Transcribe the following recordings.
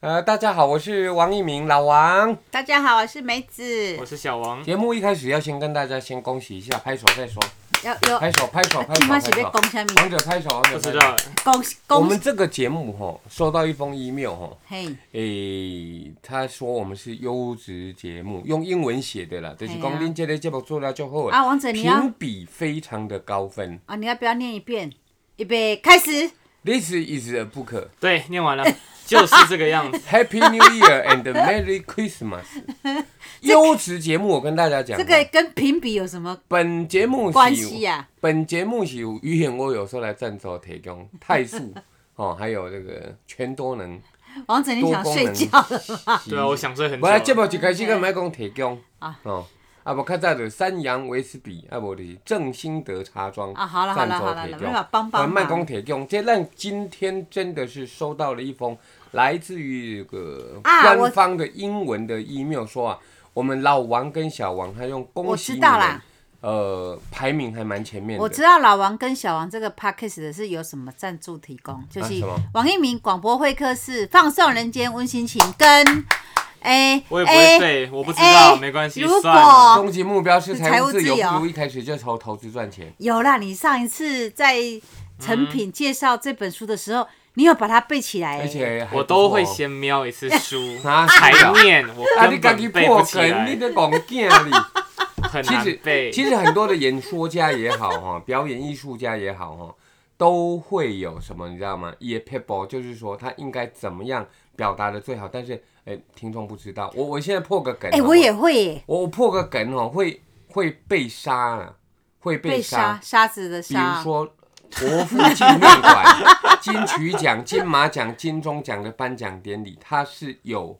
呃，大家好，我是王一鸣，老王。大家好，我是梅子我。是小王，节目一开始要先跟大家先恭喜一下，拍手再说，有有，啊拍手拍手拍手今晚拍哎是被手，讲什么？王者拍手，王者不拍知手。道恭喜哎我恭们喜！这个节目哈，收到一封 email 哈，嘿，诶、他说我们是优质节目，用英文写的啦，就是嘿啊讲恁这个节目做了就好了，啊，王者你要评比非常的高分。啊，你要不要念一遍？预备，开始。 This is a book. 对，念完了，就是这个 样子。 Happy New Year and Merry Christmas！优质节目，我跟大家讲啊，这个跟评比有什么本节目是关系啊呀？本节目是由鱼眼我有时候来赞助提 供泰素哦，还有这个全多能王者，你多想功睡能。觉了？对啊，我想睡很久我来节了。目一开始个唔爱讲提供啊哦，啊无较早就是三洋威士比，啊无就是正兴德茶庄啊好了好了好了赞助没办法帮帮我忙卖讲提供，这让今天真的是收到了一封来自于这个啊我官方的英文的 email 说啊，我们老王跟小王他用恭我喜知你道们啦，呃，排名还蛮前面的。我知道老王跟小王这个 podcast 的是有什么赞助提供，就啊是什么王一鸣广播会客室放送人间温馨情跟哎我也不会哎背，我不知道，哎没关系如果，算了。终极目标是财务自由，是财务自由不如一开始就从投资赚钱。有啦，你上一次在成嗯品介绍这本书的时候，你有把它背起来、而且哎还不错，我都会先瞄一次书 啊，才还有念，我啊，你根自己本背不破起梗，你来，得讲囝哩。 很其难实背。其实很多的演说家也好哈， 表演艺术家也好哈，都会有什么你知道吗？e people 就是说他应该怎么样表达的最好，但是哎、听众不知道。我我现在破个梗，好哎、不好我也会耶，我我破个梗哦，会会被杀啊，会被杀杀沙子的比如沙，说国父纪念馆、金曲奖、金马奖、金钟奖的颁奖典礼，它是有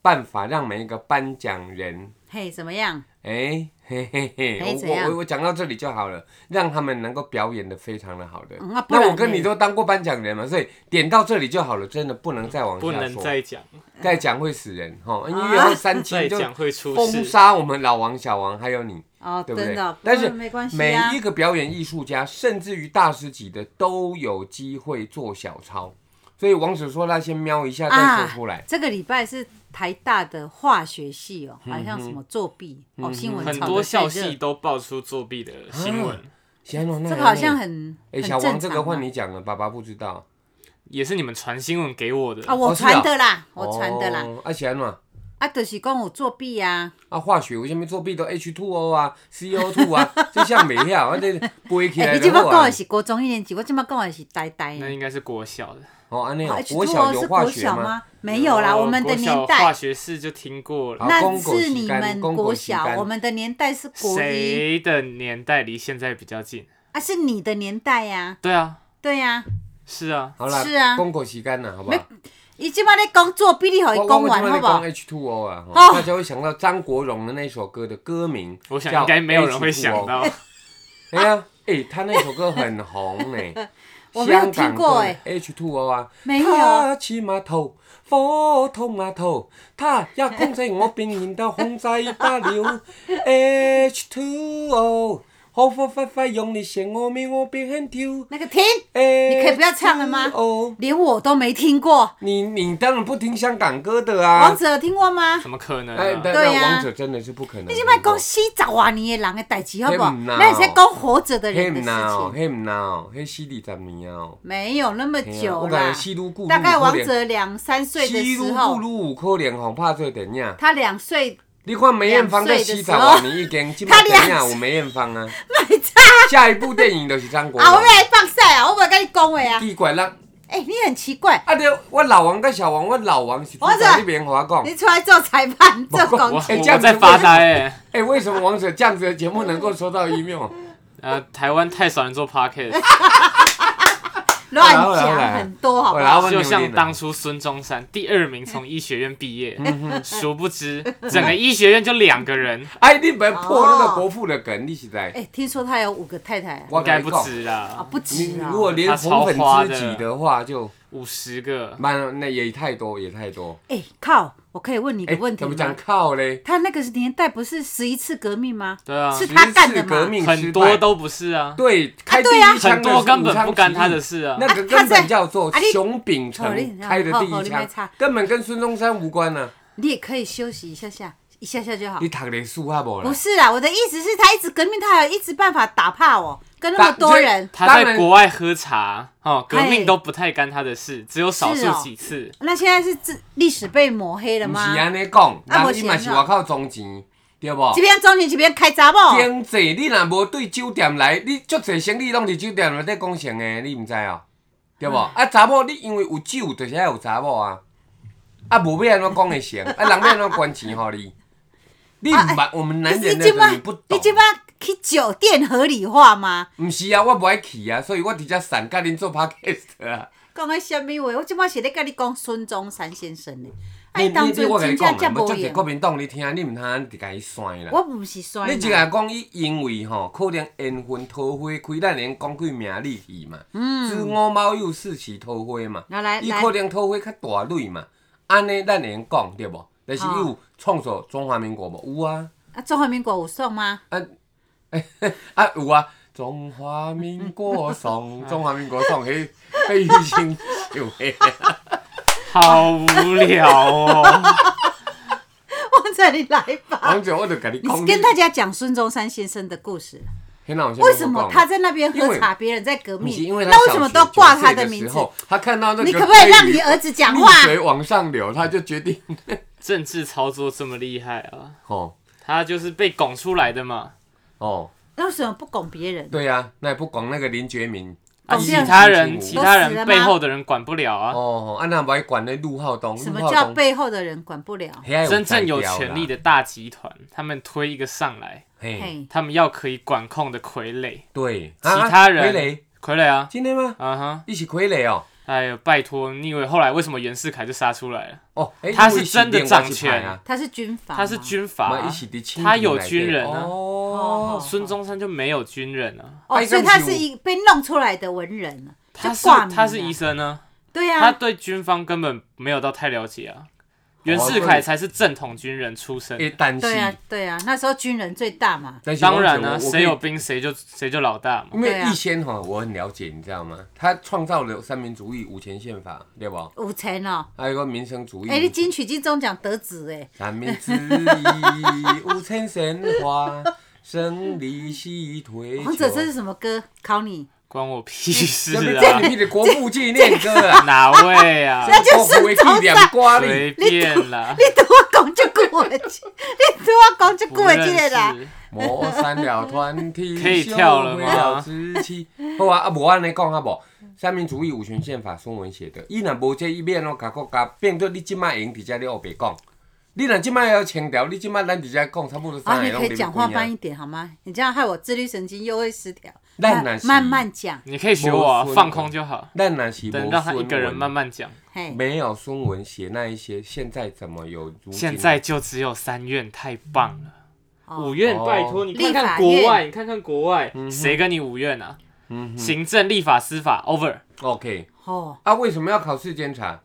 办法让每一个颁奖人，嘿，怎么样？哎、嘿嘿哎嘿，怎我样我我讲到这里就好了，让他们能够表演的非常的好的。嗯那不然那呢我跟你都当过颁奖人嘛，所以点到这里就好了，真的不能再往不下能说，再讲，再讲会死人哈，因啊为以后三再七就讲会出封事。杀我们老王、小王还有你。哦，对不真对的哦，？但是嗯没关系每啊一。个表演艺术家，甚至于大师级的，都有机会做小抄。所以王子说他先瞄一下啊再说出来。这个礼拜是台大的化学系哦，嗯好像什么作弊哦，新闻很炒多得校太 热系都爆出作弊啊的新闻，这这个好像很哎，很小正王这个常换啊你讲了，爸爸不知道。也是你们传新闻给我的啊，。我哦是啊传的啦，我传的啦，哦。啊，是安怎？啊，就是讲有作弊啊，啊，化学为什么作弊都 H2O 啊、CO2 啊， 这项没晓，啊，这背起哎，来你这就摆好讲啊的。是国中一年级，我这摆讲的是呆呆那应该是国小的，哦，安尼哦， H 国 two O 小是有国化学小吗？啊吗？没有啦，哦我们的国小年化代学室就听过了好。那啊公狗是洗你干们公狗国洗干小，我们的年代是国一谁的年代离现在比较近？啊，是你的年代呀，对啊，对呀，是啊，好啦，是啊公狗洗干了，好不好？伊即摆咧讲作弊，你互伊我讲我完们好在不好讲？H Two O 啊，哦大家会想到张国荣的那首歌的歌名，我想叫应该没有人会 H2O 想。到。哎呀，哎，他那首歌很红呢，我没有听过哎。H Two O 啊，没有他骑马头，火通啊头，他要控制我变形到红在大流。H Two O，好火快快用力写我命，我变很丢。那个停，哎，你可以不要唱了吗哦，连我都没听过。你你当然不听香港歌的啊。王者有听过吗？怎么可能、哎，啊？但对但啊王者真的是不可能。你即摆讲死十偌年的人的代志好不好？嘿唔啦哦那你在讲活着的嘿人唔的事呐哦，情，嘿唔呐哦，嘿死二十年啊哦。没有那么嘿啊久我感啦觉。西路顾路大概有王可能者两三岁的西路时顾候，路有可能吼拍做电影。他两岁你看梅艳芳在洗澡啊，你已经今摆电影有梅艳芳啊。没差下一部电影就是张国啊，我荣要。来放晒啊，我要跟你讲话啊。奇怪啦，哎，你很奇怪，啊对，我老王跟小王，我老王是住王子在那边和我讲。你出来做裁判、做我公我哎击，这样我子在发呆哎、哎，为什么王者这样子的节目能够收到 email？呃，台湾太少 人做 podcast，乱后来后来讲很多，好不后来好？我就像牛当初孙中山第二名从医学院毕业，嗯殊不知整个医学院就两个人，哎，你别破那个国父的梗，你是在？哎，听说他有五个太太啊，我应该跟不你讲，止啊啦，不你止啊如。果连他超红粉花知己的的话，就五十个。蛮那也太多也太多。哎，靠，我可以问你一哎、个问题怎么吗讲？靠嘞？他那个年代不是十一次革命吗？对啊，是他干的十次嘛革命失很败多都不是啊，对，开第对啊一枪很的是多武根本昌不干起他义的事啊那。个他根在本叫做啊你熊秉哦你成开的第哦哦一你别枪插，根本跟孙中山无关呢、你也可以休息一下下，一下下就好你。读历史啊无啦不？是啦，我的意思是，他一直革命，他还有一直办法打怕我，跟那么打多这人。他当在然国外喝茶，哦，革哎命都不太干他的事，只有少是数哦几次。那现在是自历史被抹黑了不吗是？安尼讲，啊人伊嘛不是是安外怎口装钱，对无这？边中年，这边开杂报，经济你若无对酒店来，你足侪生意拢伫酒店内底讲成的，你毋知哦，对无？嗯啊，查某你因为有酒，就是爱有查某啊，啊，无要安怎讲会成？啊，人要安怎捐钱互你？你毋捌我们男人啊哎你的这人，你边不懂。你这边去酒店合理化吗？毋是啊，我无爱去啊，所以我直接散，甲恁做 podcast 啊。讲个什么话？我即摆是咧甲你讲孙中山先生呢。啊，你伊当你你阵我甲你讲真啊，正遮无无足侪国用。民党你听，你毋通安直甲伊删啦。我毋是衰你人只个讲伊因为吼，可能缘分桃花开，咱连讲开名利去嘛。嗯。子午卯酉四时桃花嘛。啊来伊来可能桃花较大蕊嘛，安尼咱连讲对无？但是伊有创造中华民国无？有啊，啊，中华民国有送吗？ 啊，啊有啊。中华民国 颂，中华民国颂， 迄迄已经有诶。好无聊哦， 我这里来吧。王姐，我就甲你你讲，是跟大家讲孙中山先生的故事，那有先为什么讲他在那边因喝为茶，别人在革不命是因为，他那为小什么学都挂九他岁的名时字？候？他看到那个，你可不可以让你儿子讲话？水往上流，他就决定，政治操作这么厉害啊！哦他就是被拱出来的嘛，哦，那为什么不拱别人？对呀、啊，那也不管那个林觉民，啊，哦其这样他人其哦都他死人了吗背后的人管不了啊。哦，啊那不还管那陆浩东，什陆么浩叫东，背后的人管不了？那也有真正有才调啦权力，的大集团，他们推一个上来，嘿，嘿，他们要可以管控的傀儡，对，其其他人傀儡，傀儡啊，今天吗？啊哈，一起傀儡哦，哎呦，拜托，你以为后来为什么袁世凯就杀出来了？哦，哎他是真的掌权啊，他是军阀嘛，他是军阀啊、嘛一起的清廷他有内底军人啊哦，孙中山就没有军人啊，哦，哎所以这样他子是一被弄出来的文人啊，他就是挂名啊他是医生呢、对啊，他呀，对军方根本没有到太了解啊。袁世凯才是正统军人出身，哎，但对啊呀是，对呀，那时候军人最大嘛，但是当然我呢、我可以谁有兵谁就谁就老大嘛。因为对啊逸仙哈，我很了解，你知道吗？他创造了三民主义、五权宪法，对不？五成哦。还有个民生主义。哎，你金曲金钟奖得子哎，三民之意，五千神话，生离西退。王者这是什么歌？考你，关我屁事这不啊！是你的国父纪念歌 啊！哪位啊？这就是国孙父纪中念山。歌哩，随便啦， 你对我讲这句 话，你对我讲这句不话，认这个啦，识。磨散了团体，可以跳了吗修回了志气好啊，啊无安尼讲啊无。三民主义五权宪法，孙文写的。伊若无这一面咯，甲国家变做你即摆用伫遮咧后白讲。你若即摆要强调，你即摆咱伫遮讲差不多三啊，个你拢可以点讲话慢一点好吗？你这样害我自律神经又会失调。咱慢若是慢慢讲，你可以学我、啊摸，孙放空就好，咱若是等无让他一个孙人文慢慢讲。嘿，没有孙文写那一些，现在怎么有如今？现在就只有三院，太棒了。哦五院，哦拜托你看立看法国院外，你看看国外，谁跟你五院啊？行政、立法、司法，over， OK 哦，啊？为什么要考试监察？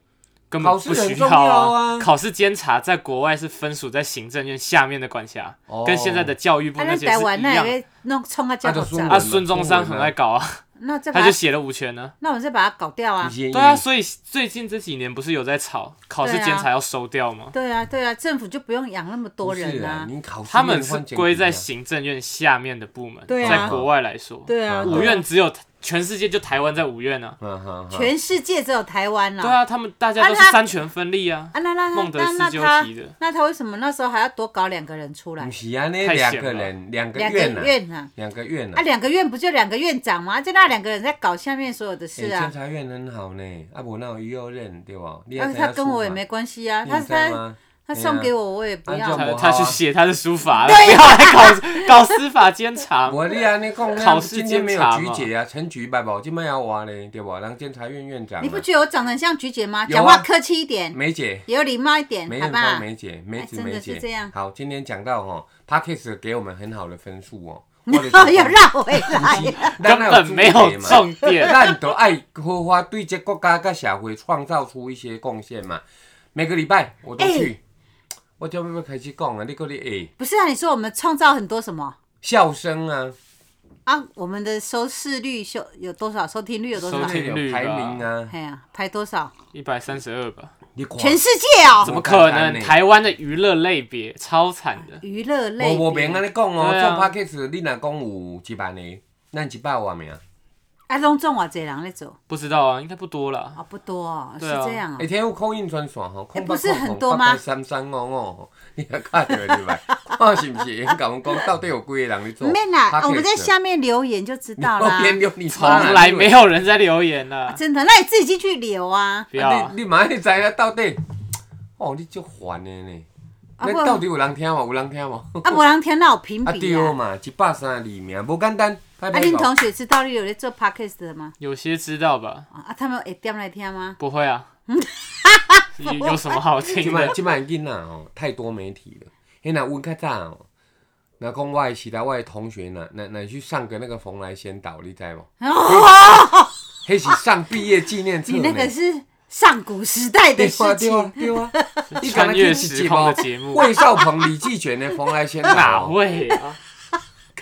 根本考试不需很重要啊。啊考试监察在国外是分属在行政院下面的管辖哦，跟现在的教育部啊，那咱些是台湾一那样。也要弄冲啊，这啊复就孙杂啊，文，孙中山很爱搞啊，那再把他它就写了五权呢。那我们再把它搞掉啊你。建议对啊，所以最近这几年不是有在吵考试对啊监察要收掉吗？对啊，对啊，政府就不用养那么多不是人啊，啊。你考试他们院是换监归察在啊行政院下面的部门，对啊在国外来说，对啊，嗯五对啊院只有全世界就台湾在五院啊。嗯哼哼，全世界只有台湾对啦。啊，他们大家都是啊他三权分立啊，啊，那那那孟德那斯那鸠他提的那他为什么那时候还要多搞两个人出来不？是啊，那太两闲个了人，两个两个院呐，院啊，两个院啊，呐。两个院不就两个院长吗？就那两个人在搞下面所有的哎事监啊。察院很好呢，啊，无那有右任对不？你也啊，知他道跟书我也法没，关系啊，你他知道他吗他哎送呀给我，我也不啊要这。样他不好他啊去写他的书法啊了，不要来搞搞司法监察。我你安尼讲，那考试今天没有监察菊嘛姐啊，陈菊拜宝，今麦要我呢，对不？人监察院院长你啊，不觉得我长得很像菊姐吗？有啊讲话客气一点，梅姐，有礼貌一点，梅好艳芳吧？ 梅姐，梅子真的梅是姐，这样好，今天讲到哦 p a c k e s 给我们很好的分数 哦，我就想哦，又绕回来 是了。咱根哪本没有主有题嘛重 点，咱都爱好好对这国家跟社会创造出一些贡献嘛。每个礼拜我都哎去，我就要要开始讲啊，你讲你会不是啊？你说我们创造很多什么笑声啊，啊？我们的收视率收有多少？收听率有多少收？听率有排名啊，哎呀，排多少？一百三十二吧？你看全世界哦怎，么么可可能能？台湾的娱乐类别超惨的，娱乐类我别。我明安尼讲哦，对做啊 podcast 你若讲有一万个，咱一百万名。啊，拢总偌济人咧做不知道啊，应该不多啦。啊？不多哦，是对啊这样哦哎，。天有口音专线吼，空哎不是很多吗三三五五， 你也看到对吧？ 看是不是？因甲阮讲到底有几个人在不做？啊面啦，哦我们在下面留言就知道啦你。边留你从来没有人在留言 啦，真的，那你自己进去留啊。不要啊啊你你嘛你知影到底？哦，你足烦的呢。啊那不到底有人听无？有人听无？ 啊，无人听那有评啊比对啊。嘛，一百三十二名，无简单。拜啊，拜恁拜同学知道你有在做 podcast 的吗？有些知道吧？啊，他们会点来听吗？不会啊，有有什么好即听摆 的？即摆囡仔哦，太多媒体了。迄若阮较早哦，若讲我的时代，我的同学若若若去上个那个蓬莱仙岛，你知无？迄是上毕业纪念册你那个呢。是上古时代的对啊事对啊情，对啊！你敢穿来越去去时节空目的？节目，魏少鹏、李济全的蓬莱仙岛哪位啊？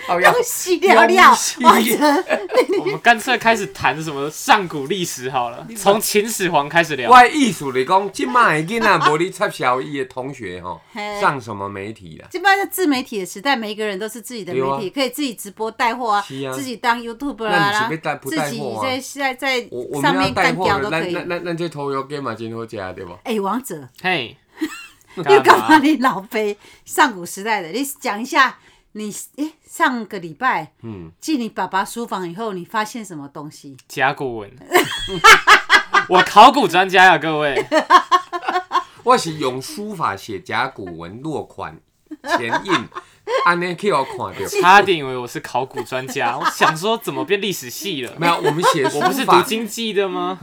靠腰东西聊聊，有哇，意思这我们干脆开始谈什么上古历史好了，从秦始皇开始聊我。的意思是讲，即卖的囡仔无你插小伊的同学吼，嘿上什么媒体啦？基本上是自媒体的时代，每一个人都是自己的媒对啊体，可以自己直播带货啊，是啊自己当 YouTube 那啊，你是然被后带不带自己货啊在在在我我上们要面带干货掉了，都那可那以。那那这头油给嘛真好吃对不？哎，王者，嘿， 你干嘛？嘛？你老飞上古时代的，你讲一下你哎上个礼拜嗯，进你爸爸书房以后，你发现什么东西？甲骨文， 我考古专家呀，各位，我是用书法写甲骨文落款 前印，安尼去我看到。差点以为我是考古专家，我想说怎么变历史系了？没有，我们写书我不是读法。经济的吗？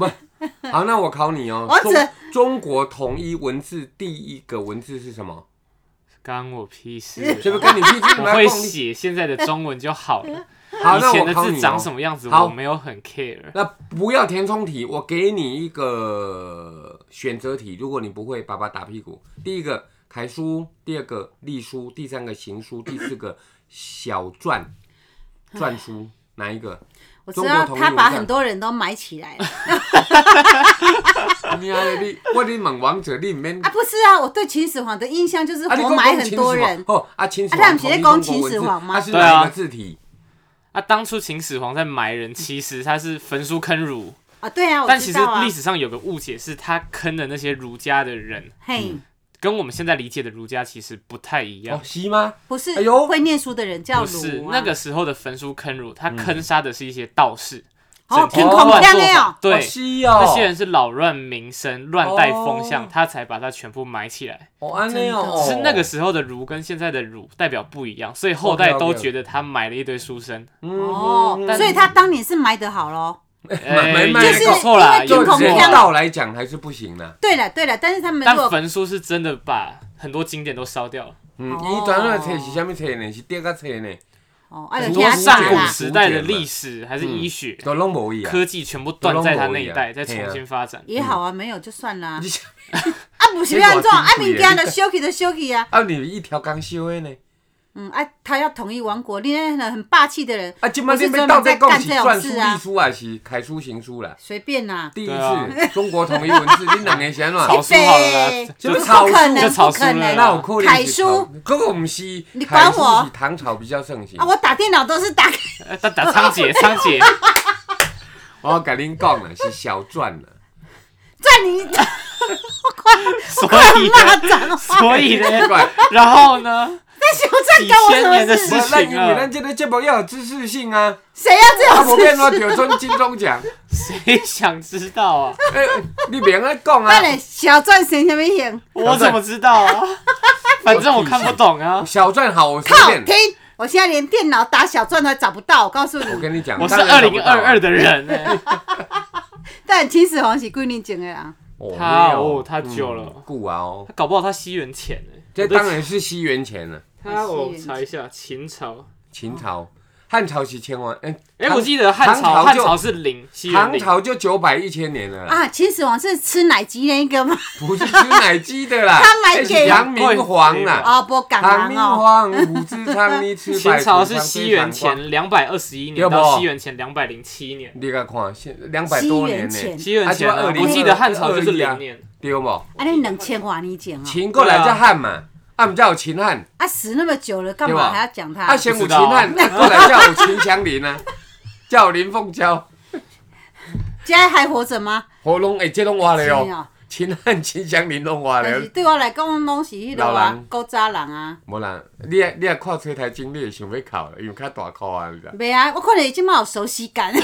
好，那我考你哦。王中子中国统一文字第一个文字是什么？干我屁事！啊 是不是跟你屁事？ 我来会逛你写现在的中文就好了， 好，以那前我的考你字长哦什。么样子好我没有很 care。那不要填充题，我给你一个选择题，如果你不会，爸爸打屁股。第一个楷书，第二个隶书，第三个行书，第四个小篆，篆书哪一个？我知中国道统一他文把化很多人都埋起来 了你啊，你我你问王者，你唔免啊，不是啊，我对秦始皇的印象就是啊，你活讲埋讲很秦多始皇人。哦，啊，秦始啊他皇们直接统一讲中国文字，秦始皇吗他是对哪一啊个字体？啊，当初秦始皇在埋人，其实他是焚书坑儒，啊，对啊，嗯我但其知实道啊历。史上有个误解是他坑的那些儒家的人，嘿，跟我们现在理解的儒家其实不太一样哦，。西吗？不是哎呦会念书的人叫不是儒啊，那个时候的焚书坑嗯儒，他坑杀的是一些道士，哦，整凭天空乱亮做哎法哦，对哦，西哦，那些人是扰乱民生、乱带风哦向，他才把它全部埋起来。哦，安内真的哦，是那个时候的儒跟现在的儒代表不一样，所以后代哦 OK，OK，OK 都觉得他买了一堆书 生，哦，嗯但所以他当年是埋得好喽。买哎，买也就是不错啦，因为也就不天孔错孔人亮啦。道来讲还是不行啦。对了对了，但是他们如但果焚书是真的把很多经典都烧掉了，嗯，哦伊转那册是啥物册呢？是第个册呢，哦，哎呦，很多听他上讲古啦，时代的历史还是医学、都拢无伊啊。科技全部断在他那一代，再重新发展。也好啊，没有就算啦 你。啊，不是要安怎？啊，你物件就修起就修起啊。啊，你一条刚修的呢？嗯，啊，他要统一王国，你那很霸气的人，啊，今麦不这是边专到门底在讲干是这篆种书、事隶啊，书还是楷书、行书啦？随便啦。第一对啊次 中国统一文字，你两个 先草啊乱。书好了啦，这不就不是草草可书能，就不草书可能。了那有可能是楷书草，这个不是，你管楷书我是唐朝比较盛行啊，。我打电脑都是打开，啊呃打打仓颉， 仓颉，我甲恁讲啦，是小篆 啦。在你所以骂呢，脏话。所以呢，奇怪，然后呢，那小站几干千我年什么的事事？不咱因情为啊咱，这个节目要有知识性 啊，谁要这啊，样无变我事？得准金钟奖。啊谁想知道啊？ 哎，你别安讲啊那。嘞，小赚神什么用？我怎么知道 啊？反正我看不懂啊。小篆好，我随靠，便听。！我现在连电脑打小赚都还找不到，我告诉我你。跟你讲，我是当二然找不零到啊二二的人呢、 但秦始皇是桂林整的啊人，哦他没有哦他久了嗯顾啊哦，他搞不好他西元前呢、这当然是西元前了，他我我查查一下，秦朝秦朝汉朝几千万，哎、哎，唐我记得汉朝唐汉朝就朝是零，西元唐零，朝就九百一千年了，啊，秦始皇是吃奶鸡那 个吗？不是吃奶鸡的啦， 他买那是给阳明皇啦。啊，不港唐狼明哦，皇五子昌，你吃 秦百朝足是常西非元常光前两百二十一对年不到西元前两百零七年，你看看，现两百多年呢、西元前西元前啊啊，就我记得汉朝就是2021啊零年，嗯对不？啊，你冷千华你讲哦，秦过来叫汉嘛，啊，不叫秦汉，啊死那么久了，干对吧嘛还要讲他啊，？先有秦汉，啊，过来叫有秦祥林啊， 叫有林凤娇，现在还活着吗？喉咙哎，这拢活是了哦，哦，秦汉、秦祥林拢活但了是。对我来讲拢是迄落老啊人，古早人啊。无啦，你若你若啊看崔台经，你会想要哭，因为较大哭啊，你知道。袂啊，我看你即满有熟 悉感。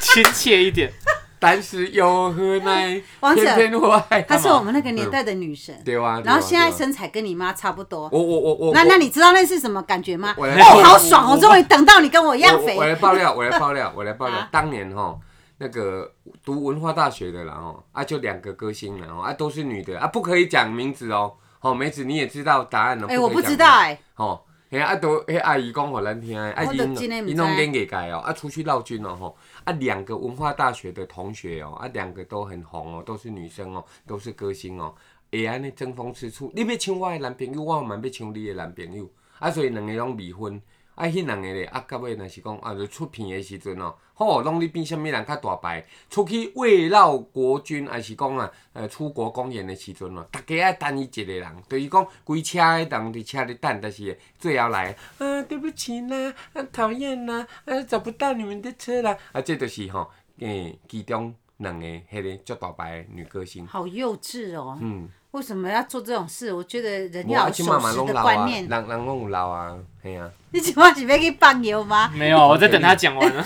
亲切一点。但是又何奈， 王者偏偏我爱她干是我嘛？们那个年代的女神，对啊。对啊然后现在，对啊身材跟你妈差不多。我我我我，那我那你知道那是什么感觉吗？我来哦，好爽！我终于于等到你跟我一样肥我。来爆料，我来爆 料，我来爆料啊。当年哈，那个读文化大学的啦哦，啊就两个歌星然后啊都是女的啊，不可以讲名字哦。哦，梅子你也知道答案了。哎，可以我不讲知道名字哎，吼，迄啊都迄阿姨讲互咱听的，啊我就真的因不知因拢演艺界哦，啊出去绕军哦吼，啊两个文化大学的同学哦，啊两个都很红哦，都是女生哦，都是歌星哦，会安尼争风吃醋，你要抢我的男朋友，我嘛要抢你的男朋友，啊所以两个拢离婚。啊，迄两个咧，啊，到尾若是讲啊，就出片的时阵哦，吼，拢你变什物人较大牌，出去围绕国军，还是讲啊，呃，出国公演的时阵哦，逐家爱等伊一个人，就是讲规车的人伫车里等，但是最后来，啊，对不起啦，啊，讨厌啦，啊，找不到你们的车啦，啊，这就是吼，诶、其中两个迄个足大牌的女歌星，好幼稚哦。嗯，为什么要做这种事？我觉得人无要啊，有即守慢慢时拢的老观啊，念人。人拢有老啊，嘿啊。你今晚是要去放牛吗？ 没有，我在等他讲完了，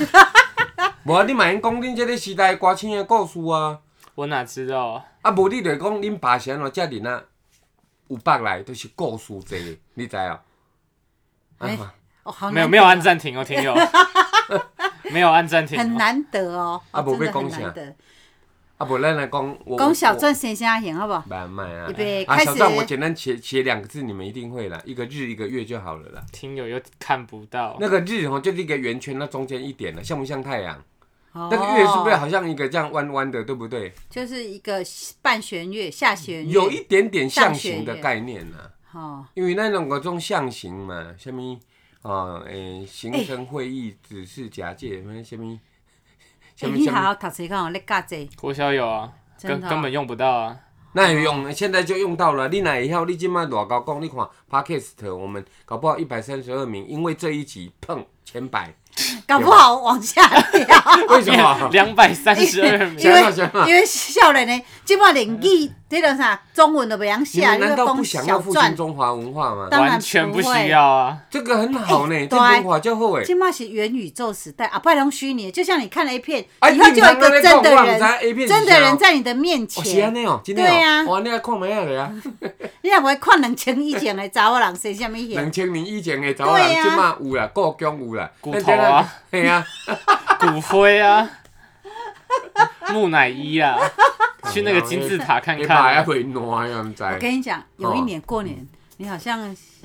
无啊，你嘛用讲恁即个时代的歌星的故事啊， 我哪知道啊？啊无你就讲恁爸是安怎遮尔啊有北来，就是故事侪，你知哦？哎啊哦，好难没有没有按暂停哦，听友，没有按暂停哦，很难得哦，啊哦不真被的讲很啥难得。啊无咱来讲，我龚小钻，钻先生行好不好？慢慢啊预备，啊开始小钻，我简单写写两个字，你们一定会啦，一个日一个月就好了啦。听友又看不哦到。那个日吼就是一个圆圈，那中间一点了，像不像太阳？那那个月是不是好像一个这样弯弯的，对不对？哦就是一个半弦乐、下弦乐？有一点点象上弦形的月概念啦。哦，因为咱两个种象形嘛，什物啊，诶、形成会议、指示假借，什物什物哎什物你什好么，好读书看哦，你教这国小有啊，真的根哦根本用不到啊。那有用，现在就用到了。你哪会晓？你即卖偌高讲，你看 Podcast，我们搞不好一百三十二名，因为这一集碰前 百，搞不好往下 掉，为什么？ 两百三十 二名，因想为到想到因为少年呢，即马连语这种啥中文都不晓你写，们那难个道不龚想要小复兴钻，中华文化吗？当然完全不不会需要啊。这个很好呢、哎这对中华就好诶。即马是元宇宙时代啊，不然拢虚拟，就像你看了一片，哎以后就有一个真的你们常常在讲我也不知道 A 片是人，啥哦真的人在你的面哦，是安前，尼哦，真的哦，对啊嗯哇，你来看没下个啊？你若不会看两千以前的查某人生什 么样两？千年以前的查某人，对啊即马有啦，故宫有啦，骨头啊，嘿 啊，骨灰啊，木乃伊啊，去那个金字塔看啊你爸也看。会烂呀，唔知。我跟你讲，有一年过嗯年，你好像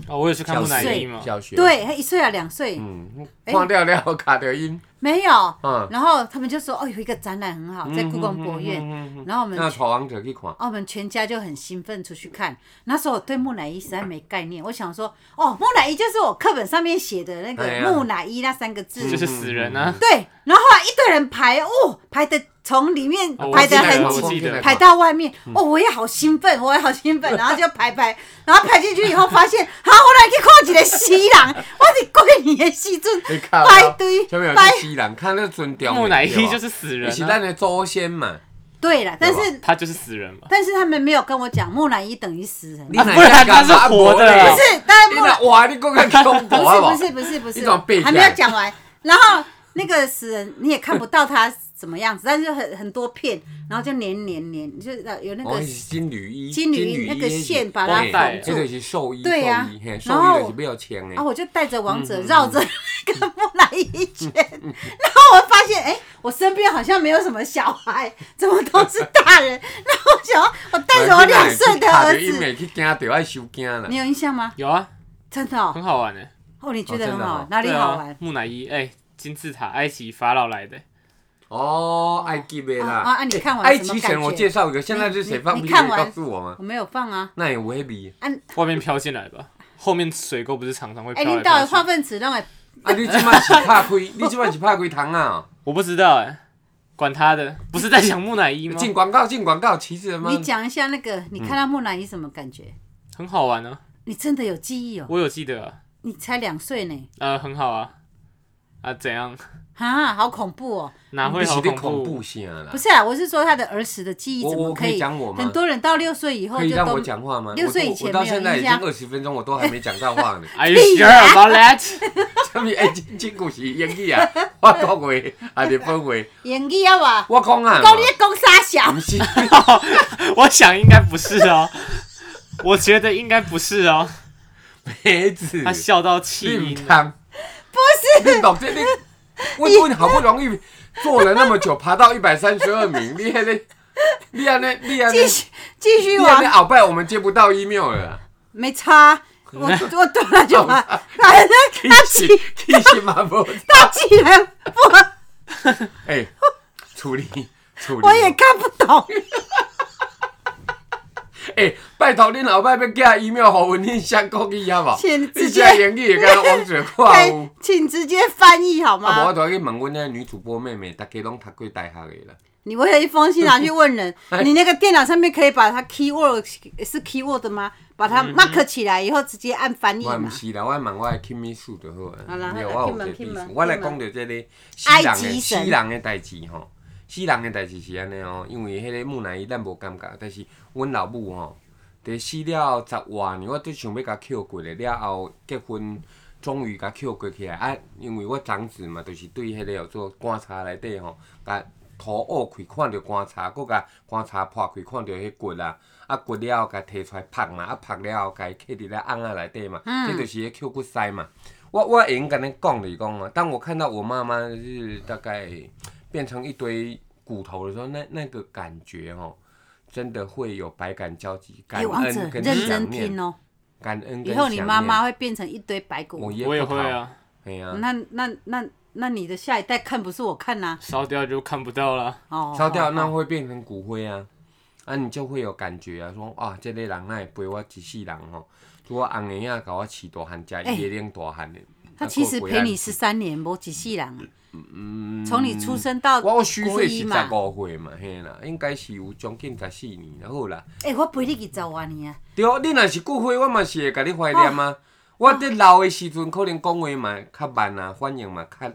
哦，我有去看木乃伊嘛，小学，对，他一岁啊两岁、嗯，哎看掉了卡着音，没有，嗯然后他们就说哦有一个展览很好，嗯在故宫博物院，然后我们啊那闯王者去看，哦我们全家就很兴奋出去看。那时候我对木乃伊实在没概念，我想说哦木乃伊就是我课本上面写的那哎个呀木乃伊那三个字，嗯就是死人啊。对，然后后来一堆人排哦排的从里面哦排的我记得很我紧记。得排到外面，哦，我也好兴奋，我也好 兴奋，然后就排排，然后排进去以后发现，啊， 我来去看一个西人， 我是过年的时阵你看排队哎下面有排去，西人，看那尊雕，木乃伊就是死人是啊，咱的祖先嘛，对了，但对是他就是死人嘛。但是他们没有跟我讲木乃伊等于死人，不啊不然他是活的啊是，但是你木乃那哇，你讲个中国好不是不是不是你不怎么背是，起来还没有讲完，然后那个死人你也看不到他怎么样子，但是很很多片，然后就粘粘粘，就是有那哦，个是金缕衣，金缕衣衣那个线把它嘿绑这住就是寿衣，对啊寿衣嘿，寿然后衣就是比较强啊，的。我就带着王嗯者绕 着那个木乃伊圈， 然后我发现，哎、我身边好像没有什么小孩，怎么都是大人？ 然后我想要，我带着我两岁的去卡儿着音子，的去惊着爱受惊啦。你有印象吗？有啊，真的、哦，很好玩的。欸哦，你觉哦得真很的好哦玩，哪里对好啊玩？，木乃伊，哎，金字塔，埃及法老来的，哦，埃及的啦。啊啊你看完哎埃什么及感神，我觉介绍一个，现在是谁你放你屁看可以完告诉我吗？我没有放啊。那也未必。外面飘进来吧，后面水沟不是常常会哎、飘领来导飘的化去？粪池让我啊，你今晚是 怕亏，你今晚是怕亏糖啊？我不知道哎，管他的，不是在讲木乃伊吗？ 进广告，进广告，其实嘛，你讲一下那个，嗯你看到木乃伊什么感觉？很好玩啊，你真的有记忆哦？我有记得啊，你才两岁呢，呃，很好啊，啊，怎样？啊，好恐怖哦！哪你会是好在恐恐怖怖？性啦不。是啊，我是说他的儿时的记忆我怎我么可以讲我吗很多人到六岁以后可以就让我都讲话吗？六我岁以我前我到没有现在已印经象二十分钟，我都还没讲到话 呢。 Are you sure about that？什么？哎，这这句是英语 啊，我国话啊，日本话，演技啊哇，我讲啊，讲你在讲傻小不，是，我想应该不是哦，我觉得应该不是哦。梅子， 他笑到气你音唔了，康，不是，你懂这你，我我好不容易做了那么久，爬到一百三十二名，你还在，你还在，你还在继，续继续你还在往鳌拜，我们接不到 email 了啦。啊没差，我我断了就完，反正他一起起一起嘛不， 他起来不，哎，处理处理，我也看不懂，哎、拜托恁老爸要寄 email 给阮，恁先讲伊好无？请你直写接英语会甲王者话有 对，，请直接翻译好啊无我吗？都要去问阮那女主播妹妹，大家拢读过大学的啦。你为了一封信拿去问人哎，你那个电脑上面可以把它 keyword 是 keyword 吗？把它 mark 起来以后直接按翻译我毋嘛。是啦，我问我的 Kim 秘书就好好啊。啦没有，好啦我有一个 Kim 啊秘 Kim 啊书。我来 Kim 啊讲到这个死人埃的及死神人的代志吼，死人的代志是安尼哦，因为迄个木乃伊咱无感觉，但是阮老母吼，伫死了十外年，我最想要甲捡过咧，了后结婚。终于甲捡过起来啊！因为我长子嘛，就是对迄个叫做棺材内底吼，甲土挖开，看着棺材，佮甲棺材破开，看着迄骨啊，啊骨了后甲摕出来晒嘛，啊晒了后甲伊放伫咧瓮仔内底嘛，这就是迄捡骨塞嘛。我我已经跟你讲了，讲啊，当我看到我妈妈就是大概变成一堆骨头的时候，那那个感觉哦，真的会有百感交集，感哎，王者恩跟认想真念听，哦，感恩跟以想后念。你妈妈会变成一堆白我骨。也我也不会好，啊，哎呀、那那那那你的下一代看不是我看呐？烧掉就看不到了。哦，烧掉好那会变成骨灰啊，啊你就会有感觉啊，说啊，这个人那会陪我一世人吼，拄我红爷仔甲我饲大汉，哎食伊的奶大汉的。他其实陪你十是，三年，无一世人。嗯，从你出生到我我虚国岁一是嘛十，五岁嘛，嘿啦，应该是有将近十四年啦，好啦。哎，我陪你二十多年啊，对，你若是骨灰，我嘛是会甲你怀念哦啊。我伫老的时阵，可能讲话嘛较慢啊，反应嘛较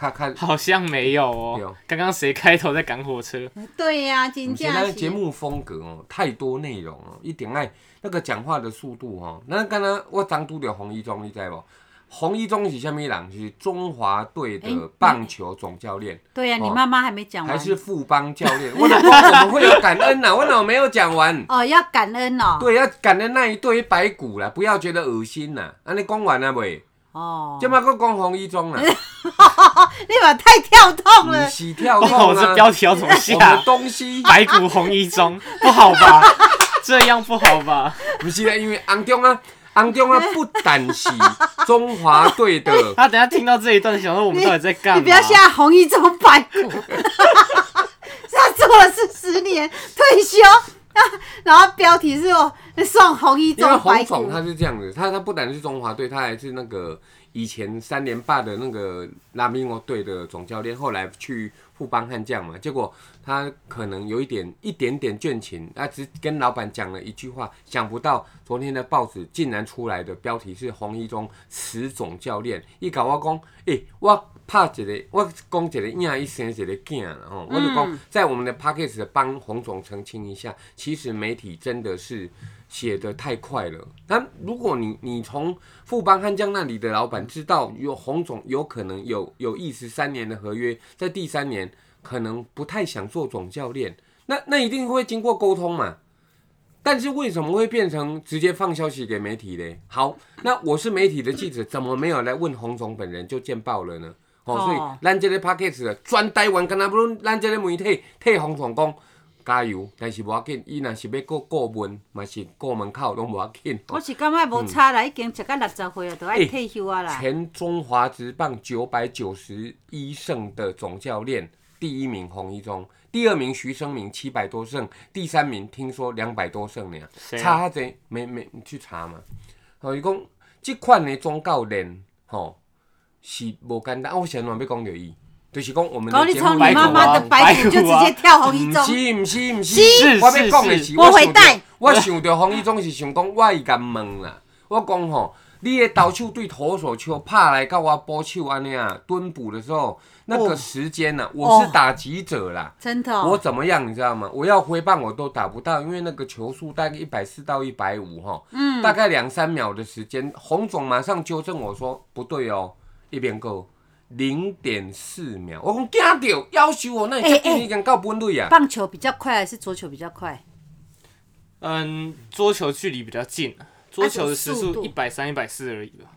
较较。好像没有对哦哦。刚刚谁开头在赶火车？对呀，我真们现在正节是。目风格哦，太多内容哦，一定爱那个讲话的速度哦。那刚刚我刚拄着洪一中，你知无？洪一中是虾米人？是中华队哎的棒球总教练，对呀，哦你妈妈还没讲还完。是副帮教练？我怎么我们会有感恩呐、我怎么没有讲完？哦，要感恩哦。对，要感恩那一堆白骨啦，不要觉得恶心啦。安尼讲完了未？哦，即马佫讲洪一中啦，你把太跳动不了。是跳动哦，这啊，标题要怎么我们下？东西白骨红衣中， 不好吧？这样不好吧？不是啦，因为红中啊，红中啊不但是中华队的，他啊等下听到这一段，想说我们到底在干嘛？你不要吓红一中白骨， 他做了四十年退休， 然后标题是哦送红一因为中白洪骨总，他是这样子，他他不但是中华队，他还是那个以前三连霸的那个拉米诺队的总教练，后来去富邦悍将嘛，结果他可能有一点一点点倦勤，他只跟老板讲了一句话，想不到昨天的报纸竟然出来的标题是洪一中死总教练，伊甲我讲，诶、我。拍一个，我讲一个囝，伊生一个囝啦吼，我就讲，在我们的 p a c k a g e 帮洪总澄清一下，其实媒体真的是写的太快了。那如果你你从富邦悍将那里的老板知道有洪总有可能有有意思三年的合约，在第三年可能不太想做总教练，那那一定会经过沟通嘛。但是为什么会变成直接放消息给媒体嘞？好，那我是媒体的记者，怎么没有来问洪总本人就见报了呢？哦，所以哦咱这个 p a c k a g e 专台湾，敢若不如咱这个媒体替洪总讲，加油！但是无要紧，伊若是要过过门，嘛是过门口拢无要紧。我是感觉无差啦，已经食到六十岁了，都爱欸退休啊啦。前中华职棒九百九十一胜的总教练，第一名洪一中，第二名徐生明七百多胜，第三名听说两百多胜呢、谁啊差哈侪没没你去查嘛。哦吼、伊讲即款的总教练，吼、是无简单。啊我想要要讲着伊，就是讲我们然后的你节目啊从你内妈容妈的白骨就直接跳红一唔中，嗯是唔是唔是，是我要讲的是是，是我想回答到我想到方一总是想讲，我会甲问啦，我讲吼，你的投手对投手球拍来到我捕手安尼啊，蹲捕的时候那个时间呐、啊，我是打击者啦。真的我哦。怎么样，你知道吗？我要挥棒我都打不到，因为那个球速大概一百四到一百五哈，嗯，大概两三秒的时间。洪总马上纠正我说不对哦，一边够零点四秒。我讲惊到，要求我那你欸接近已经到本垒啊。棒球比较快还是桌球比较快？嗯，桌球距离比较近，桌球的时哎速速度一百三、一百四而已吧，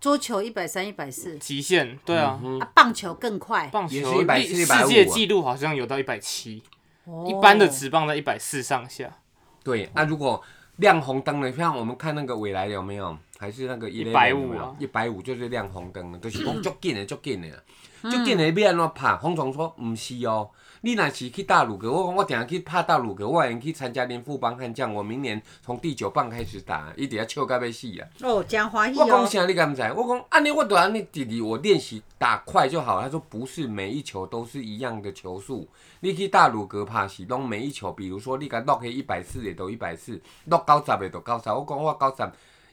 桌球一百三、一百四，极限。对啊，啊，棒球更快。棒嗯也是球140历150世界纪录好像有到一百七，哦一般的直棒在一百四上下，对，那、如果亮红灯的，像我们看那个未来有没有，还是那个一150啊一百五就是亮红灯的，就是讲足紧的，足紧的啦，足紧的要安怎拍？洪总说毋是哦，你若是去大鲁阁，我讲我定下去拍大鲁阁，我会去参加连富邦悍将，我明年从第九棒开始打，伊底下笑到要死啊！哦，真欢喜我讲哦。啥你敢不知？我讲安尼我都安尼弟弟，我练习打快就好。他说不是每一球都是一样的球速，你去大鲁格拍是拢每一球，比如说你敢落去一百四的都一百四，落高十的都高十。我讲我高十，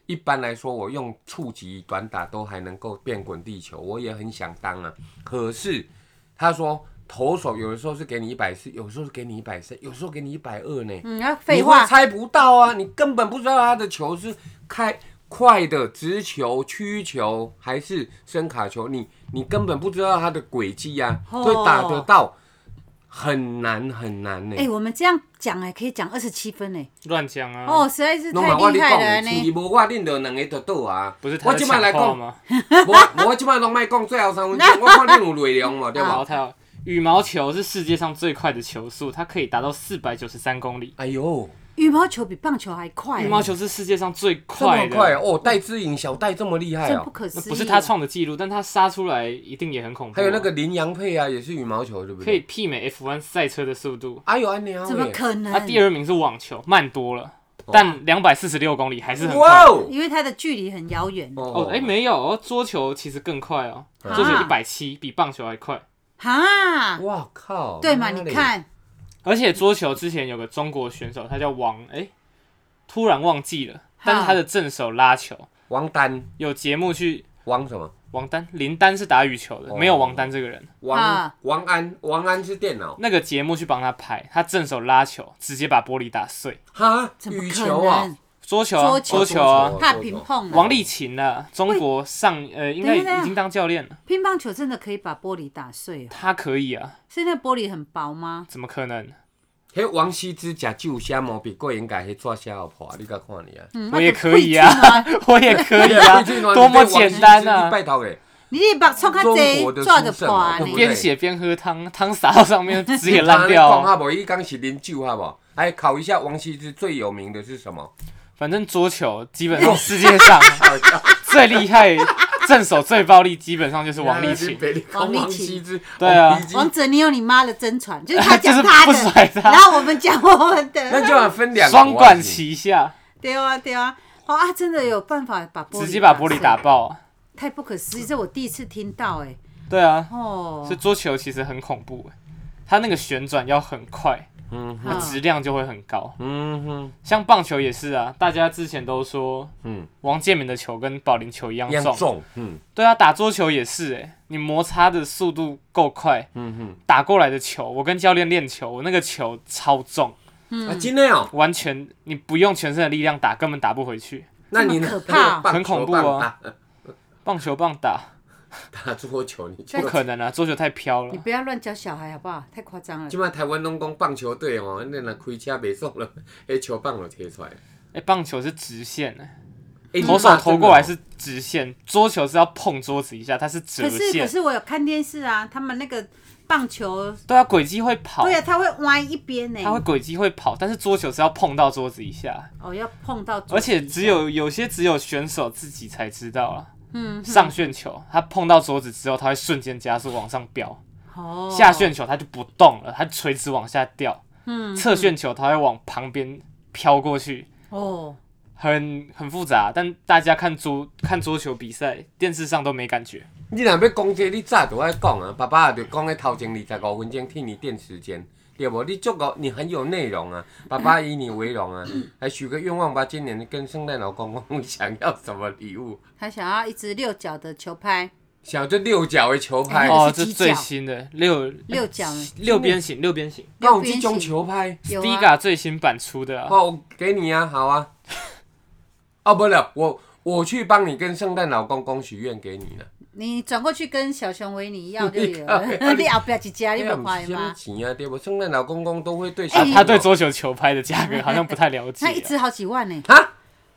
一般来说我用触及短打都还能够变滚地球，我也很想当啊。可是他说投手有的时候是给你一百四，有时候是给你一百三，有时候给你一百二呢。嗯，啊，你废会话，猜不到啊，你根本不知道他的球是开快的直球、曲球还是深卡球，你你根本不知道他的轨迹啊，哦所以打得到很难很难呢、哎、我们这样讲哎，可以讲二十七分哎。乱讲啊。哦，实在是弄嘛，我跟太厉你害了讲，处呢。理无我恁就两个就倒啊。不是他我在即摆抢来话讲，吗？我我即摆拢卖讲最后三 分钟，我看恁有内容哦无，对然后无？他有羽毛球是世界上最快的球速，它可以达到四百九十三公里。哎呦，羽毛球比棒球还快、羽毛球是世界上最哎这么快的，快哦！戴之颖小戴这么厉害真哦不。可思那议。不是他，创的记录，但他杀出来一定也很恐怖啊。还有那个林洋配啊，也是羽毛球，对不可以对？媲美 F1 赛车的速度。哎呦，安尼啊怎么喂可能？他第二名是网球，慢多了，但两百四十六公里还是很哇快。哦！因为它的距离很遥远。哦哦，哎，没有，哦，桌球其实更快哦，啊桌球一百七，比棒球还快。哈，哇靠！对妈嘛？你嘞，看，而且桌球之前有个中国选手，他叫王，哎，突然忘记了，但是他的正手拉球，王丹，有节目去王什么？王丹、林丹是打羽球的，哦没有王丹这个人。王啊王安，王安是电脑。那个节目去帮他拍，他正手拉球，直接把玻璃打碎。哈，怎么羽可球啊能？？桌球啊，桌球桌球啊桌，怕平碰啊。王丽琴啊，中国上呃，应该等一下已经当教练了，乒乓球真的可以把玻璃打碎哦？他可以啊，是那玻璃很薄吗？怎么可能？迄王羲之食酒虾毛比过应该迄抓虾好破，你甲看你啊！嗯，我也那就可以贵去啊嘛。，我也可以啊，多么简单啊！拜托诶，你一 把抽开中这国的抓着书圣破啊对不你对边写边喝汤，汤洒到上面，纸也他烂那讲掉。哈无，伊讲是啉酒哈无？来考一下王羲之最有名的是什么？反正桌球基本上世界上最厉害、正手最暴力，基本上就是王丽琴。别你讲王力王勤羲之，对啊王羲之王者，你有你妈的真传，就是他 就讲是他不甩的，他然后我们讲我们那的，就要分两国啊双管。齐下， 对啊对啊，哦啊，真的有办法把玻璃直接把玻璃打碎，爆啊。太不可思议，这我第一次听到哎、对啊，哦所以，桌球其实很恐怖欸，它那个旋转要很快，嗯哼它啊质量就会很高。嗯哼，像棒球也是啊，大家之前都说嗯，王建民的球跟保龄球一样一样重，重，嗯对啊，打桌球也是哎、你摩擦的速度够快，嗯哼，打过来的球，我跟教练练球，我那个球超重，嗯啊，真的哦，完全你不用全身的力量打，根本打不回去。那你这么呢可怕哦棒很恐球怖棒啊打棒球棒打打桌球，你就不可能啊，桌球太飘你了。不要乱教小孩好不好？太夸张了即。摆台湾拢讲棒球队哦 吼，欸恁若开车袂爽了，迄球棒就摕出来。哎、棒球是直线的、哎嗯投手投过来是直线，桌球是要碰桌子一下，它是折可是可线。是我有看电视啊，他们那个棒球，对啊，轨迹会跑，对啊，他会歪一边欸呢、它会轨迹会跑，但是桌球是要碰到桌子一下，哦，要碰到桌而子一下，且只有有些只有选手自己才知道啊。嗯上旋球，它碰到桌子之后，它会瞬间加速往上飙；哦下旋球它就不动了，它垂直往下掉；嗯侧旋球它会往旁边飘过去。哦，很很复杂，但大家看桌看桌球比赛，电视上都没感觉。你若要讲这个你早就爱讲啊，爸爸就讲咧头前二十五分钟替你垫时间，对不？你足够，你很有内容 啊，爸爸以你为荣啊，来许个愿望吧，今年跟圣诞老公公想要什么礼物？他想要一只六角的球拍，想这六角的球拍，哎哦，是这犄角最新的六六 角呢六边形，六边形那我这种球拍，有 s t i g 啊， a 最新版出的啊。哦，我给你啊，好 啊。哦，不了，我我去帮你跟圣诞老公公许愿给你了。你转过去跟小熊维 尼要就有你了，看 你后边一家你哎呀不怕不是什么吗？钱啊，对不？圣诞老公公都会对小啊朋，友他对桌球球拍的价格好像不太了解哎 他一啊。只好几万呢，啊，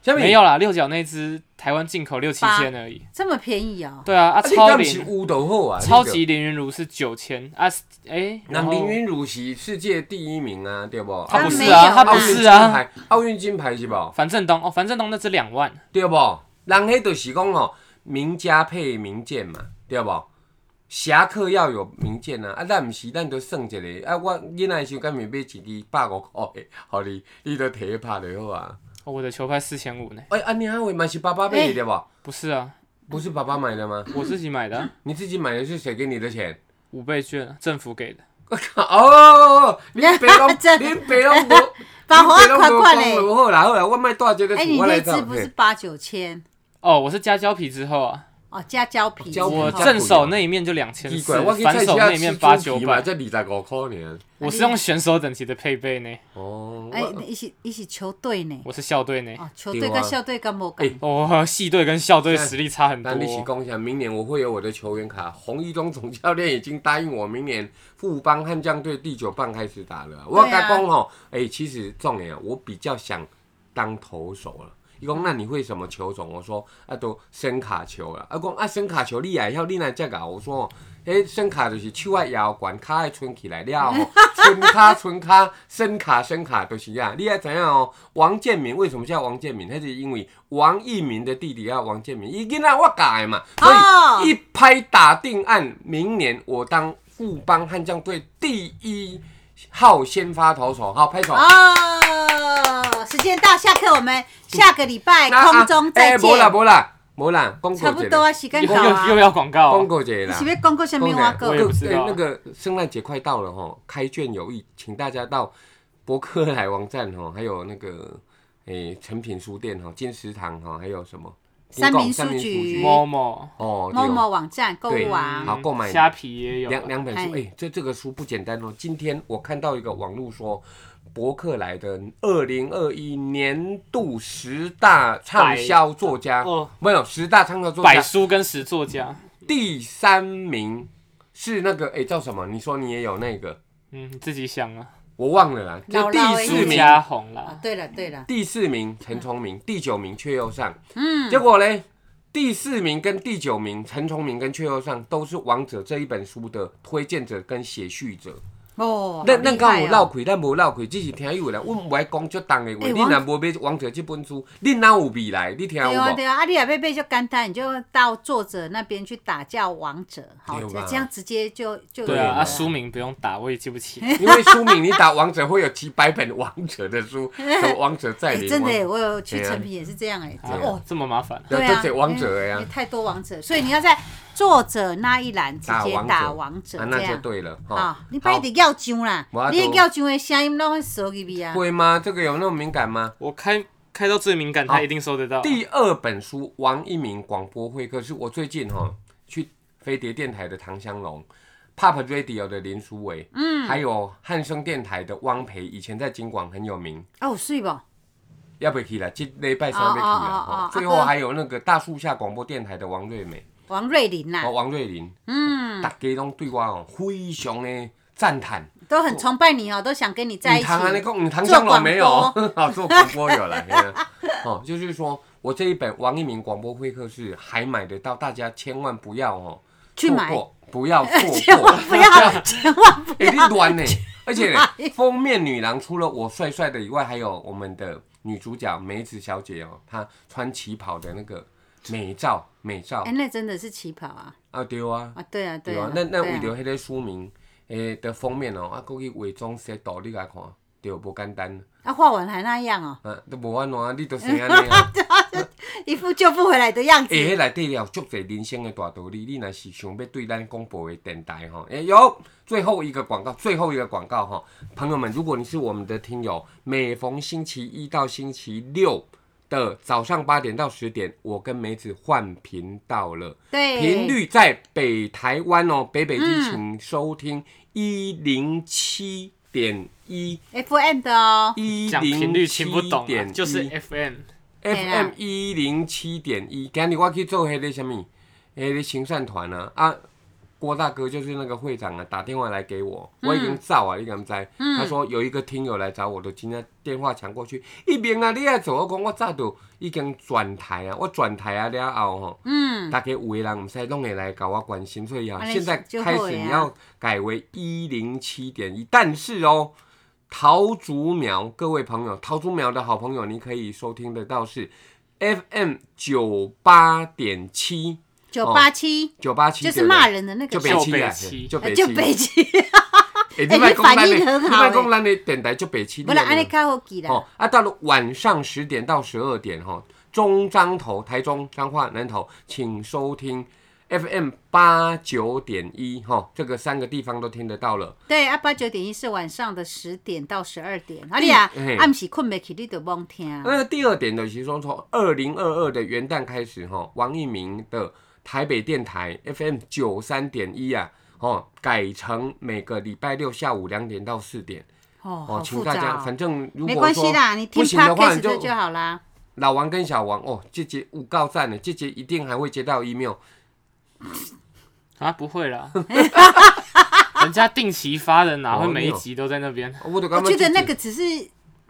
下面没有啦，六角那只台湾进口六七千 而已。这么便宜哦，对啊，啊啊，你超敢不是龄乌头后啊，超你就级凌云如是九千啊，哎，那然后林云儒是世界第一名啊，对不？他不他是没有啊，他奥不运金是啊，牌，奥运金牌是不？樊振东哦，樊振东那只两万，对不？人迄就是讲哦，名家配名剑嘛，对不？侠客要有名剑啊，啊，咱毋是，咱就算一个啊。我囡仔的时候，敢咪买一支百五块的，互你，你都摕去拍就好啊。哦我的球拍四千五呢。哎、安尼啊，位嘛是爸爸买的、哎对不？不是 啊，不是爸爸买的吗？我自己买的啊，你自己买的是谁给你的钱？ 五倍券啊，政府给的。哦，恁白真 拢，的恁白拢无， 把花恁爸款拢无款讲嘞。就好啦好啦，我卖带这个哎，厝，你我来那找只不是嘿八九千哦，我是加胶皮之后啊，哦，加胶皮，胶皮我加正手那一面就两千嗯奇四怪，我，去菜反市手啊那一吃面八猪九皮嘛，百。才二十五块呢。我是用选手等级的配备呢，哦，哎，我一起一起球队呢，我是校队呢。哦，球队对跟啊校队跟无干哎，哦，系队跟校队实力差很多那你是哦。讲下，明年我会有我的球员卡。洪一中总教练已经答应我，明年富邦悍将队第九棒开始打了。我跟他啊讲哦，哎、其实重点啊，我比较想当投手了。伊讲那你会什么球种？我说啊，都伸卡球啦。啊，讲啊，伸卡球你也要，你来这搞。我说哦，哎，伸卡就是手爱摇管，脚爱伸起来了哦，伸卡伸卡，伸卡伸卡就是啊。你爱怎样哦？王建民为什么叫王建民？那是因为王一鸣的弟弟啊，王建民，伊囡仔我教的嘛，所哦以一拍打定案，明年我当富邦悍将队第一号先发投手，好拍手。哦。时间到，下课，我们下个礼 拜那啊空中再哎无见。啦无啦无啦，公差告不节多啊，时间又到啊又。又要广告公哦，告节你啦是不。是讲过什么公话告我过也？不知道哎那个圣诞节快到了吼，开卷有益，请大家到博客来网站吼，还有那个诶诚品书店吼、金石堂吼，还有什么三民金港书局某某哦，某对某网站购对物啊，好购买虾皮也有。两两本书，哎哎、这这个书不简单哦。今天我看到一个网络说，博客来的二零二一年度十大畅销作家，哦，没有十大畅销作百家，书跟十作家，第三名是那个哎、叫什么？你说你也有那个，嗯，你自己想啊。我忘了啦。老就第老的四朱名，家红啊啦，对了对了，第四名陈崇明，第九名阙又上。嗯，结果嘞，第四名跟第九名陈崇明跟阙又上都是《王者》这一本书的推荐者跟写序者。哦，咱咱刚敢有漏开，咱无漏开，只是听友啦。阮唔爱讲足重的话，欸你王若无买《王者》这本书，你哪有未来？你听有对啊无？对啊，啊你也贝贝就干单，你就到作者那边去打叫王者，好，对这吧这样直接就就对哎有啊，了啊书名不用打，我也记不起。因为书名你打《王者》会有几百本《王者》的 书，什么《王者再哎临》真的耶，王我有去对啊成品也是这样哎，啊哦，这么麻烦，对对啊啊，这王者的因呀为太多王者，所以你要在作者那一栏直打接王者打王者啊，这那就样。对了哈啊，。你别得要上啦我，你都要上的声音拢会收入去啊好。会吗？这个有那么敏感吗？我开开到最敏感，好他一定收得哦到。啊第二本书《王一鸣广播会客》是我最近哈去飞碟电台的唐香龙。Pop Radio 的林书伟，嗯，还有汉声电台的汪培，以前在金广很有名，啊，有水不？要不去了，这礼拜三要去哦哦哦了哦。最啊后哥还有那个大树下广播电台的王瑞美，王瑞麟呐哦，，王瑞麟，嗯，大家拢对我哦非常的赞叹。都很崇拜你哦，都想跟你在一你 起。堂啊，你讲你堂上做广了没有？好做广播有了。嘿啊哦，就是说我这一本王一鸣广播会客室还买得到，大家千万不要哦，去错买过，不要错 千过万，不要，千万不哎、要。你 乱呢！而且买封面女郎除了我帅帅的以外，还有我们的女主角梅子小姐哦，她穿旗袍的那个美照，美照哎，那真的是旗袍啊！啊，对啊，啊，对啊，对啊啊，，那那对啊为了迄个书名诶的封面哦，啊，过去伪装写图你来看，对，无简单，啊，画完还那样哦， 啊，都无安怎样，你都是安尼啊。欸一副救不回来的样子。呃诶，迄内底了足侪人生的大道理，你若是想要对咱广播的电台吼，诶、有最后一个广告，最后一个广告哈，朋友们，如果你是我们的听友，每逢星期一到星期六的早上八点到十点，我跟梅子换频道了，对，频率在北台湾哦，北北基请收听一零七点一， FM 的哦，一讲频零率听七不懂啊、点就是 FM。 FM 一零七点一，今日我去做迄个什么，迄个行善团啊，啊，郭大哥就是那个会长啊，打电话来给我，嗯我已经造啊，你敢知？他说有一个听友来找我，就今天电话抢过去，一边啊，你爱做，我讲我早就已经转台啊，我转台啊了后吼，嗯，大家有的人唔使拢会来搞我关心，所以啊，安尼现在就开好始的啊你要改为一零七点一，但是哦。桃竹苗，各位朋友，桃竹苗的好朋友，你可以收听得到是 FM 九八点七，九八七九八哦七就是骂人，人的那就个小，北七啊就北七就哎北就七，北七，哎哎你别讲你反咱的应很你好别哎讲咱的电台就北七，不然你安有没尼有较好记哦啦。，啊，到了晚上十点到十二点哈、哦，中彰投、台中、彰化、南投，请收听 FM 八九点一哈，这个三个地方都听得到了。对，啊，八九点一是晚上的十点到十二点，啊你啊嘿，哎暗时困不起，你就罔听。那第二点呢，其实说从二零二二的元旦开始哈、王一鸣的台北电台 FM 九三点一啊，哦，改成每个礼拜六下午两点到四点哦，哦，好请复大家，杂哦反。正如没果关系说啦，你听不行的话， podcast 你就的就好啦。老王跟小王哦，这节五告赞了，这节一定还会接到 email。哦啊，不会 啦，人家定期发的，哦哪会每一集都在那边？我就我感觉自得己那个只是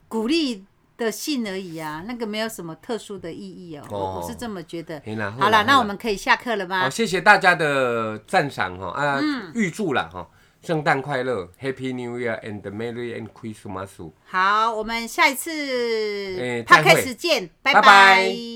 鼓励的信而已啊，那个没有什么特殊的意义哦，哦我我是这么觉得。嘿啦好啦了，那啦我们可以下课了好，吗？谢谢大家的赞赏哈啊，嗯预祝啦哈，圣诞快乐，Happy New Year and Merry and 哦 Christmas。好，我们下一次诶 p o 再 d 会 c 见，拜拜拜